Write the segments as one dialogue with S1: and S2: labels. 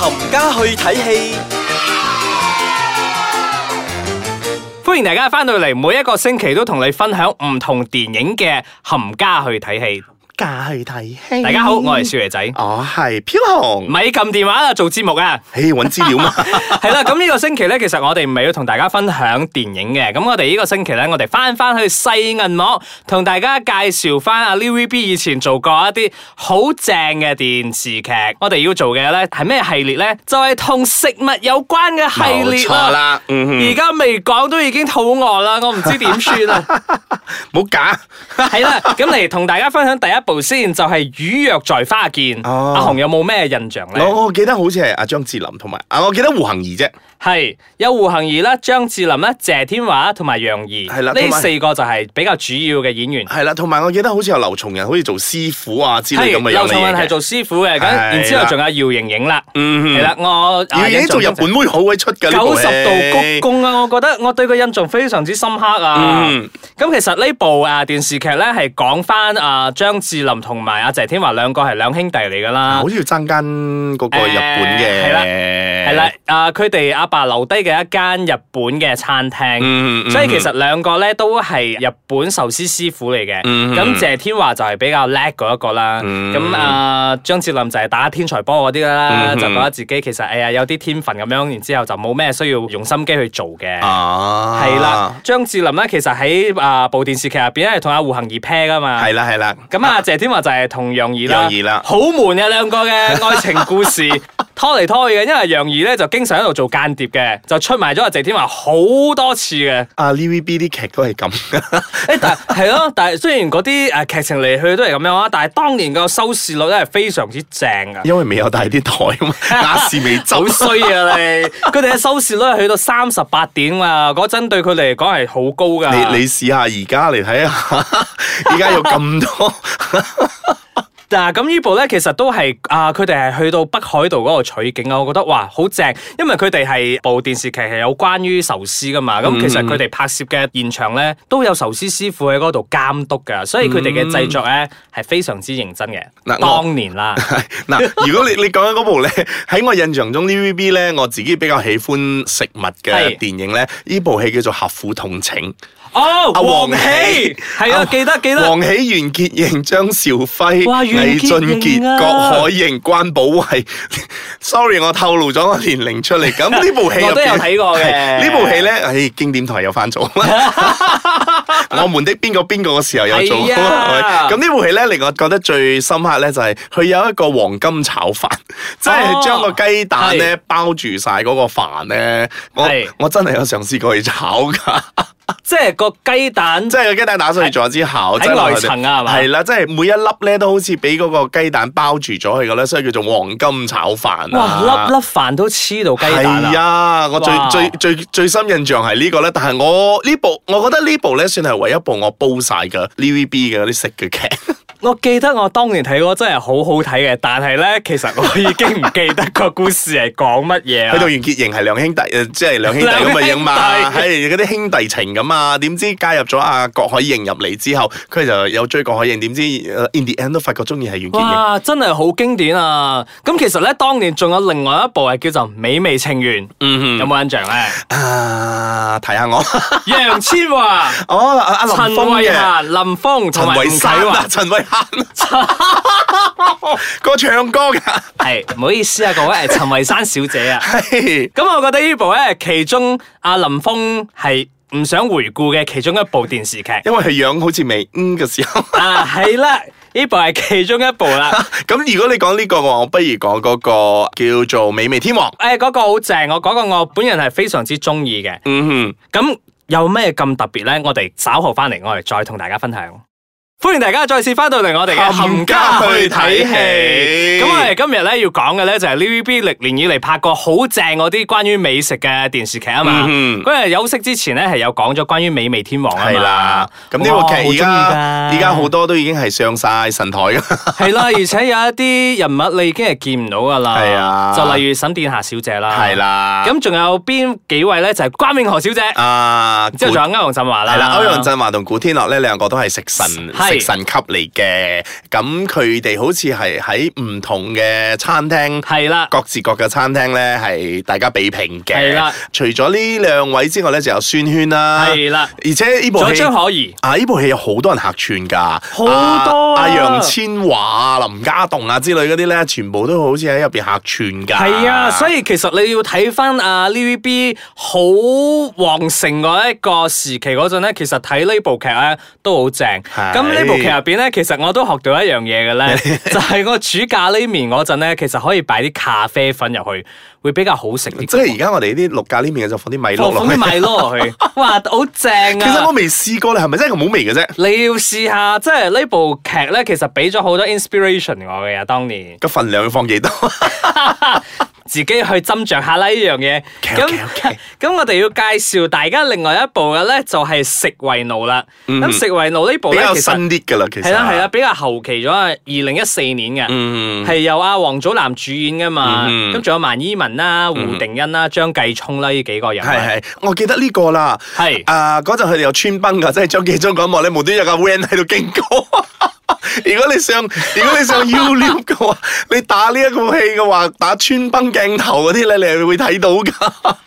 S1: 冚家去睇戲。
S2: 歡迎大家翻到嚟，每一個星期都同你分享唔同電影嘅冚家去睇戲。
S3: 家去睇戲。
S2: 大家好，我係少爺仔，
S3: 我係飄紅，
S2: 咪撳電話啦，做節 目啊！
S3: 嘿，揾資 料嘛，
S2: 係啦，咁呢個星期咧，其實我哋唔係要同大家分享電影嘅，咁我哋呢個星期咧，我哋翻翻去細銀幕，同大家介紹翻阿 LVB 以前做過一啲好正嘅電視劇。我哋要做嘅咧係咩系列咧？就係、同食物有關嘅系
S3: 冇
S2: 列
S3: 錯啦嗯哼
S2: 而家未講都已經肚餓啦，我唔知點算 啊！
S3: 冇假。
S2: 係啦，咁嚟同大家分享第一部先，就係、魚若在花間》。
S3: 哦
S2: 阿紅有冇咩印象咧？
S3: 我我記得好似係阿張智霖同埋啊，我記得胡杏兒啫，
S2: 係有胡杏兒啦、張智霖啦、謝天華啦同埋楊怡，
S3: 係啦
S2: 呢
S3: 同埋
S2: 四個就係比較主要嘅演員。
S3: 係啦，同埋我記得好似有劉松仁，好似做師傅啊之類
S2: 係
S3: 咁嘅樣
S2: 劉松仁係
S3: 嘅嘢嘅。
S2: 做師傅嘅，咁
S3: 係啦
S2: 然之後仲有姚瑩瑩啦，
S3: 嗯
S2: 係啦，啊我
S3: 哼，已經做日本妹好鬼出㗎呢
S2: 九
S3: 部
S2: 十
S3: 戲
S2: 度鞠躬啊！我覺得我對佢印象非常之深刻啊
S3: 嗯！
S2: 咁其實呢部啊電視劇咧係講翻啊張智霖同埋阿謝天華兩個係兩兄弟嚟㗎啦
S3: 好。似要爭間嗰個日本
S2: 誒係啦
S3: 嘅，
S2: 係啦，啊佢哋阿爸留低嘅一間日本嘅餐廳，
S3: 嗯，嗯
S2: 所以其實兩個咧都係日本壽司師傅嚟嘅。咁、
S3: 嗯
S2: 謝天華就係比較叻嗰一個啦。
S3: 嗯
S2: 咁啊、張智霖就係打天才波嗰啲啦，
S3: 嗯
S2: 就覺得自己其實哎呀有啲天分咁樣，然之後就冇咩需要用心機去做嘅。
S3: 啊，
S2: 係啦，，張智霖咧其實喺啊部電視劇入邊咧係同阿胡杏兒 pair 噶嘛。
S3: 係啦係啦，
S2: 咁啊，謝天華就係同楊怡啦，
S3: 楊怡啦
S2: 好悶嘅兩個嘅愛情故事，拖嚟拖去嘅，因為楊怡咧就經常喺度做間諜嘅，就出賣咗阿謝天華好多次嘅。
S3: 啊 TVB 啲劇都係咁。
S2: 誒，但係 咯，但係雖然嗰啲誒劇情嚟去去都係咁樣啊，但係當年個收視率咧係非常之正噶。
S3: 因為未有大啲台啊嘛，亞視未
S2: 好
S3: 走，
S2: 衰啊你！佢哋嘅收視率係去到三十八點啊，嗰陣對佢哋嚟講係好高噶。
S3: 你你試下而家嚟睇下，而家有咁多，
S2: 嗱，咁呢部咧其實都係啊，佢哋係去到北海道嗰度取景啊，我覺得哇好正，因為佢哋係部電視劇係有關於壽司噶嘛，咁、
S3: 嗯
S2: 其實佢哋拍攝嘅現場咧都有壽司師傅喺嗰度監督噶，所以佢哋嘅製作咧係非常之認真嘅。
S3: 嗱我
S2: 當年 啦，
S3: 嗱，如果你你講緊嗰部咧，喺我印象中 TVB 咧，我自己比較喜歡食物
S2: 係
S3: 嘅電影咧，呢部戲叫做《合府痛情》，
S2: 哦，
S3: 啊阿
S2: 王
S3: 王
S2: 喜
S3: 喜
S2: 係啊，記得記得。
S3: 黃喜、袁潔瑩、張兆
S2: 哇
S3: 輝、
S2: 袁
S3: 魏
S2: 潔瑩
S3: 俊傑、
S2: 啊
S3: 郭海瑩、關寶慧。Sorry，我透露咗我年齡出嚟。咁呢部戲入邊
S2: 我都有睇過嘅
S3: 係呢部戲咧，唉，經典台有翻 做。我們的邊個邊個嘅時候有做。
S2: 係啊
S3: 咁呢部戲咧，令我覺得最深刻咧，就係佢有一個黃金炒飯， 即
S2: 哦
S3: 係將個雞蛋咧包住晒嗰個飯咧。我
S2: 係
S3: 我真係有嘗試過去炒㗎。
S2: 即係個雞蛋
S3: 即係個雞蛋打碎咗之後，
S2: 喺
S3: 即係落去
S2: 內層啊係嘛
S3: 係啦，即係每一粒咧都好似俾嗰個雞蛋包住咗佢嘅咧，所以叫做黃金炒飯啊
S2: 哇，粒粒飯都黐到雞蛋
S3: 係
S2: 啊！
S3: 啊！我最
S2: 哇
S3: 最最最深印象係呢個咧，但係我呢部，我覺得呢部咧算係唯一部我煲晒嘅 TVB 嘅嗰啲食嘅劇。
S2: 我記得我當年睇過真係好好睇嘅，但係咧，其實我已經唔記得個故事係講乜嘢
S3: 去到
S2: 啦。
S3: 袁潔瑩係兩兄弟，誒即係兩兄弟咁嘅影嘛，
S2: 兩兄
S3: 係嗰啲兄弟情咁啊。點知加入咗阿郭海瑩入嚟之後，佢就有追郭海瑩，點知誒 in the end 都發覺中意係袁潔瑩。
S2: 哇，真係好經典啊！咁其實咧，當年仲有另外一部係叫做《美味情緣》，
S3: 嗯
S2: 有冇印象 咧？
S3: 啊，睇下我。
S2: 楊千嬅、
S3: 哦，阿阿
S2: 陳
S3: 林峰
S2: 慧
S3: 嘅
S2: 嫻、林峰
S3: 陳
S2: 同埋
S3: 慧
S2: 吳
S3: 珊
S2: 啟
S3: 啊
S2: 華，，
S3: 陳慧嫻， 個唱歌噶，
S2: 係唔好意思啊，各位係陳慧珊小姐啊。
S3: 係
S2: 咁我覺得呢部咧，其中阿林峰係唔想回顧嘅其中一部電視劇
S3: 因為佢樣好似未嗯嘅時候。
S2: 啊，係啦，呢部係其中一部啦。
S3: 咁如果你講呢個嘅話，我不如講嗰個叫做《美味天王》。
S2: 誒嗰個好正，我嗰個我本人係非常之中意嘅。
S3: 嗯
S2: 咁有咩咁特別呢？我哋稍後翻嚟，我哋再同大家分享。歡迎大家再次翻到嚟我哋嘅
S3: 冚家去睇戲
S2: 咁我哋今日咧要講嘅咧就係 TVB 歷年以嚟拍過好正嗰啲關於美食嘅電視劇啊嘛。
S3: 嗯哼
S2: 嗰日休息之前咧係有講咗關於美味天王啊
S3: 哼，係
S2: 嘛。
S3: 啦。咁呢部劇而家
S2: 哇好中意
S3: 而
S2: 㗎
S3: 家好 多都已經係上晒神台㗎。
S2: 係啦，而且有一啲人物你已經係見唔到噶啦。
S3: 係啊
S2: 就例如沈殿霞小姐啦。
S3: 係。啦。
S2: 啊咁仲有邊幾位咧？就係關詠荷小姐。
S3: 啊，
S2: 之後仲有歐陽震華啦，啊
S3: 係啦，歐陽震華同古天樂呢兩個都係食神
S2: 係
S3: 食食神級嚟嘅。咁佢哋好似係喺唔同嘅餐廳，
S2: 係啦。
S3: 各自各嘅餐廳咧係大家比拼嘅。
S2: 係啦，
S3: 除咗呢兩位之外咧，就有宣萱啦，
S2: 係啦
S3: 而且呢部
S2: 仲有
S3: 戲。
S2: 張可怡，
S3: 啊！呢部戲有好多人客串㗎，
S2: 好多啊
S3: 阿楊千嬅啊、林家棟啊之類嗰啲咧，全部都好似喺入邊客串㗎。
S2: 係啊，所
S3: 以
S2: 以其實你要睇翻啊 TVB 好旺盛嗰一個時期嗰陣咧，其實睇呢部劇咧都好正。咁呢部劇入邊咧，其實我都學到一樣嘢 嘅咧，就係我煮咖喱麵嗰陣咧，其實可以擺啲咖啡粉入去，會比較好食啲。
S3: 即係而家我哋啲綠咖呢面就放啲米
S2: 放
S3: 碌落
S2: 啲
S3: 去。
S2: 米咯落去，哇，好正
S3: 其實我
S2: 啊！
S3: 未試過，你係咪真係咁好味嘅啫？
S2: 你要試下，即係呢部劇咧，其實俾咗好多 inspiration 我嘅啊，當年。
S3: 個份量要放幾多？啊
S2: 自己去斟酌下啦呢樣嘢。咁
S3: OK，OK，OK
S2: 咁我哋要介紹大家另外一部嘅咧，就係《食為奴》啦。咁《食為奴》呢部
S3: 嗯 比
S2: 咧，
S3: 較
S2: 啊其
S3: 新
S2: 實
S3: 啲㗎啦，其實
S2: 係啦係啦，，比較後期咗，二零一四年嘅。
S3: 嗯，
S2: 係由阿黃祖藍主演噶嘛，
S3: 嗯
S2: 咁仲有萬依文啦、胡定欣啦、張繼聰啦呢幾個人物，
S3: 係係，我記得呢個啦。
S2: 係
S3: 啊，嗰陣佢哋有穿崩㗎，即係張紀中嗰一幕咧，無端有架 van 喺度經過。 如果你上如果你上 YouTube 嘅話，你打呢一部戲嘅話，打穿崩鏡頭嗰啲咧，你係會睇到㗎。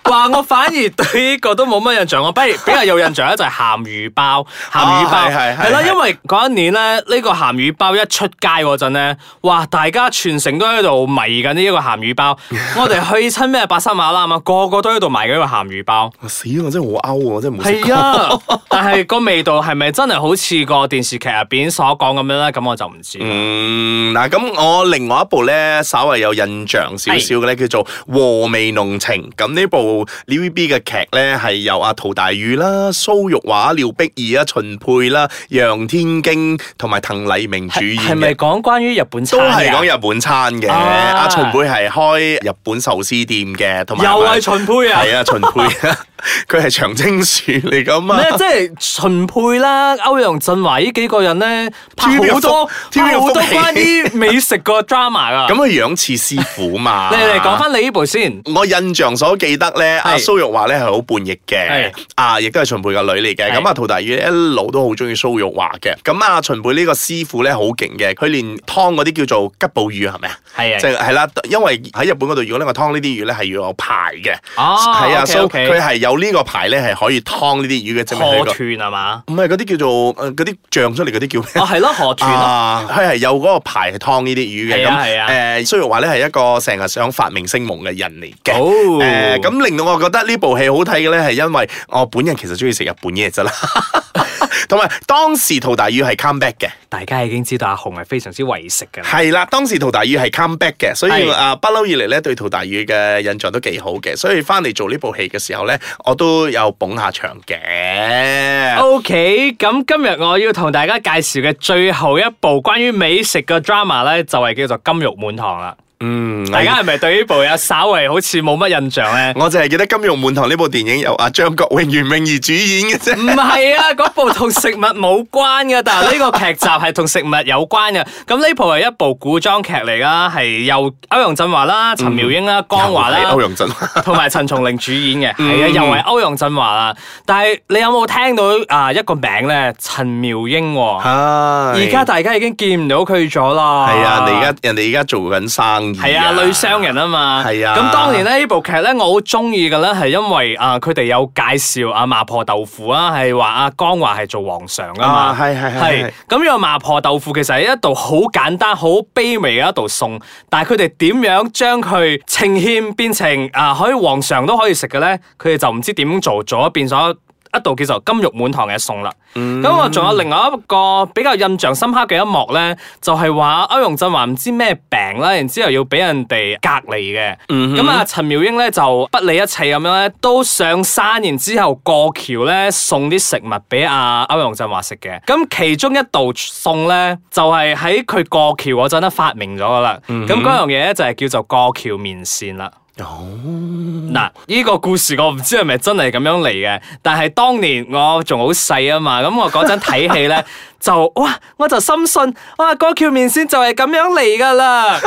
S2: 哇！我反而對呢個都冇乜印象，我不如比較有印象咧就係鹹魚包，鹹魚包
S3: 哦係係係
S2: 係啦，
S3: 係
S2: 因為嗰一年咧呢、呢個鹹魚包一出街嗰陣咧，哇！大家全城都喺度迷緊呢一個鹹 魚包，我哋去親咩白沙馬啦嘛，個個都喺度迷緊呢個鹹魚包。
S3: 哇死啊啦！我真係好 out 喎，真係冇食
S2: 係
S3: 過。
S2: 啊， 但係個味道係咪真係好似個電視劇入邊所講咁樣咧？咁我就唔知。
S3: 嗯，嗱，咁我另外一部咧，稍為有印象少少嘅咧，叫做《和味濃情》。咁呢部 TVB 嘅劇咧，係由阿陶大宇啦、蘇玉華、廖碧兒啊、秦沛啦、楊天經同埋滕麗明主
S2: 係
S3: 演
S2: 係
S3: 嘅
S2: 咪講關於日本餐
S3: 都
S2: 㗎
S3: 係講日本餐嘅，
S2: 啊
S3: 阿秦沛係開日本壽司店嘅，同埋
S2: 又係秦沛啊
S3: 係啊秦沛， 佢係長青樹嚟噶嘛。
S2: 咩？即係秦沛啦、歐陽震華呢幾個人咧，拍
S3: TVB
S2: 好多
S3: 嘅福
S2: 拍
S3: TVB 嘅
S2: 好多
S3: 福氣
S2: 關於美食個
S3: 咁
S2: drama 噶。
S3: 佢樣似師傅嘛？
S2: 你嚟講。翻你呢部先，
S3: 我印象所記得咧，阿蘇玉華咧係好叛逆嘅
S2: 係，
S3: 啊，亦都係秦沛嘅女嚟嘅。
S2: 係
S3: 咁啊，陶大宇一路都好中意蘇玉華嘅。咁啊，秦沛呢個師傅咧好勁嘅，佢連湯嗰啲叫做吉寶魚係咪啊？
S2: 係啊
S3: 即係係啦，因為喺日本嗰度，如果呢個湯呢啲魚咧係要有牌嘅，
S2: 哦
S3: 係啊，
S2: OK，
S3: 所以
S2: OK
S3: 佢係有呢個牌咧係可以湯呢啲魚嘅，證明佢
S2: 河
S3: 個
S2: 豚係嘛？
S3: 唔係嗰啲叫做呃嗰啲醬出嚟嗰啲叫咩？
S2: 哦，係咯，河豚 咯。
S3: 啊，佢係有嗰個牌係劏呢啲魚嘅。
S2: 係啊係
S3: 咁呃
S2: 啊
S3: 誒，雖然話咧係一個成日想發明星夢嘅人嚟嘅。
S2: 哦
S3: 誒，咁令到我覺得呢部戲好睇嘅咧，係因為我本人其實中意食日本嘢啫啦。 同埋當時陶大宇係 come back 嘅，
S2: 大家已經知道阿紅係非常之為食㗎啦。
S3: 係啦，當時陶大宇係 come back 嘅，所以
S2: 係
S3: 啊不嬲以嚟咧對陶大宇嘅印象都幾好嘅，所以翻嚟做呢部戲嘅時候咧，我都有捧下場嘅。
S2: O K，咁今日我要同大家介紹嘅最後一部關於美食嘅 drama 咧，就係叫做《金玉滿堂》啦。
S3: 嗯，
S2: 大家係咪對呢部有稍微好似冇乜印象咧？
S3: 我就係記得《金玉滿堂》呢部電影由阿張國榮、袁詠儀主演嘅啫。
S2: 唔係啊，嗰部同食物冇關嘅，但係呢個劇集係同食物有關嘅。咁呢部係一部古裝劇嚟啦，係由歐陽震華啦、陳妙英啦、江華啦
S3: 嗯又係。 歐陽嗯震華。
S2: 同埋陳松伶主演嘅，係啊，又係歐陽震華啦。但係你有冇聽到啊一個名咧？陳妙英喎，
S3: 而
S2: 而家大家已經見唔到佢咗啦。
S3: 係啊，你而家人哋而家做緊生意。
S2: 係啊，女商。人啊嘛。
S3: 係啊
S2: 咁當然咧，呢部劇咧，我好中意嘅咧，係因為啊，佢哋有介紹啊麻婆豆腐啊，係話啊江華係做皇上噶嘛
S3: 啊。係係係
S2: 係
S3: 係
S2: 咁呢個麻婆豆腐其實係一道好簡單、好卑微嘅一道餸，但係佢哋點樣將佢呈獻變成啊可以皇上都可以食嘅咧？佢哋就唔知點做，咗變咗。一道叫做金玉滿堂嘅餸啦，咁、我仲有另外一個比較印象深刻嘅一幕咧，就係話歐陽震華唔知咩病啦，然之後要俾人哋隔離嘅，咁啊、陳妙英咧就不理一切咁樣咧，都上山，然之後過橋咧送啲食物俾阿歐陽震華食嘅。咁其中一道餸咧，就係喺佢過橋嗰陣咧發明咗噶啦。咁嗰、樣嘢咧就係叫做過橋麵線啦。嗱，呢個故事我唔知係咪真係咁樣嚟嘅，但係當年我仲好細啊嘛，咁我嗰陣睇 戲咧就哇，我就深信哇，嗰條面線就係咁樣嚟 噶啦，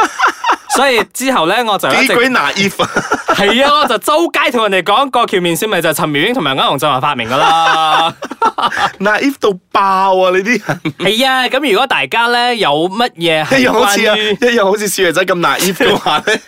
S2: 所以之後咧我就一
S3: 幾
S2: 直
S3: 鬼 naive 啊！
S2: 係啊，我就周街同人哋講過橋面線咪就係陳妙英同埋歐陽震華發明 噶啦。
S3: naive 到爆啊！你啲人
S2: 係啊，咁如果大家咧有乜嘢
S3: 一
S2: 係
S3: 樣好似啊，
S2: 關
S3: 一
S2: 於，
S3: 樣好似少爺仔咁 naive 嘅話咧，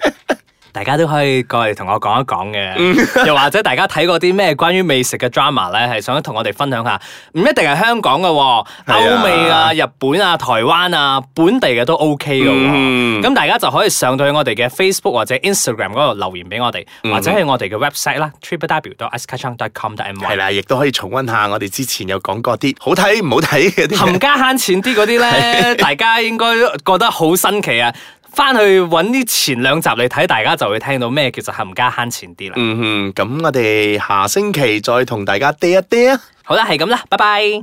S2: 大家都可以過嚟同我講一講
S3: 嗯
S2: 嘅。 又或者大家睇過啲咩關於美食嘅 drama 咧，係想同我哋分享下，唔一定係香港嘅喎，
S3: 係啊
S2: 歐美啊、日本啊、台灣啊、本地嘅都 OK 嘅
S3: 嗯
S2: 喎。咁大家就可以上到去我哋嘅 Facebook 或者 Instagram 嗰度留言俾我哋，
S3: 嗯
S2: 或者係我哋嘅 website 啦 t r i p l e w d o s k a c h a n g c o m m
S3: 係啦，亦都可以重温下我哋之前有講過啲好睇唔好睇嘅 啲
S2: 冚
S3: 嘢。
S2: 家慳錢啲嗰啲咧，大家應該覺得好新奇啊！翻去揾啲前兩集嚟睇，大家就會聽到咩叫做冚家慳錢啲啦。
S3: 嗯哼，咁我哋下星期再同大家嗲一嗲啊！
S2: 好啦，係咁啦，拜拜。